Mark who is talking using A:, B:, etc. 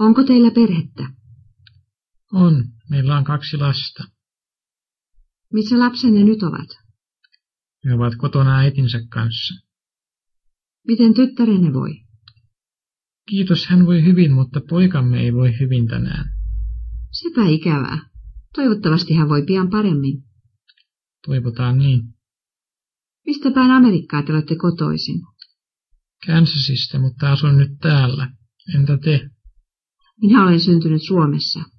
A: Onko teillä perhettä?
B: On, meillä on kaksi lasta.
A: Missä lapsenne nyt ovat?
B: He ovat kotona äitinsä kanssa.
A: Miten tyttärenne voi?
B: Kiitos, hän voi hyvin, mutta poikamme ei voi hyvin tänään.
A: Sepä ikävää. Toivottavasti hän voi pian paremmin.
B: Toivotaan niin.
A: Mistä päin Amerikkaa te olette kotoisin?
B: Kansasista, mutta asun nyt täällä. Entä te?
A: Minä olen syntynyt Suomessa.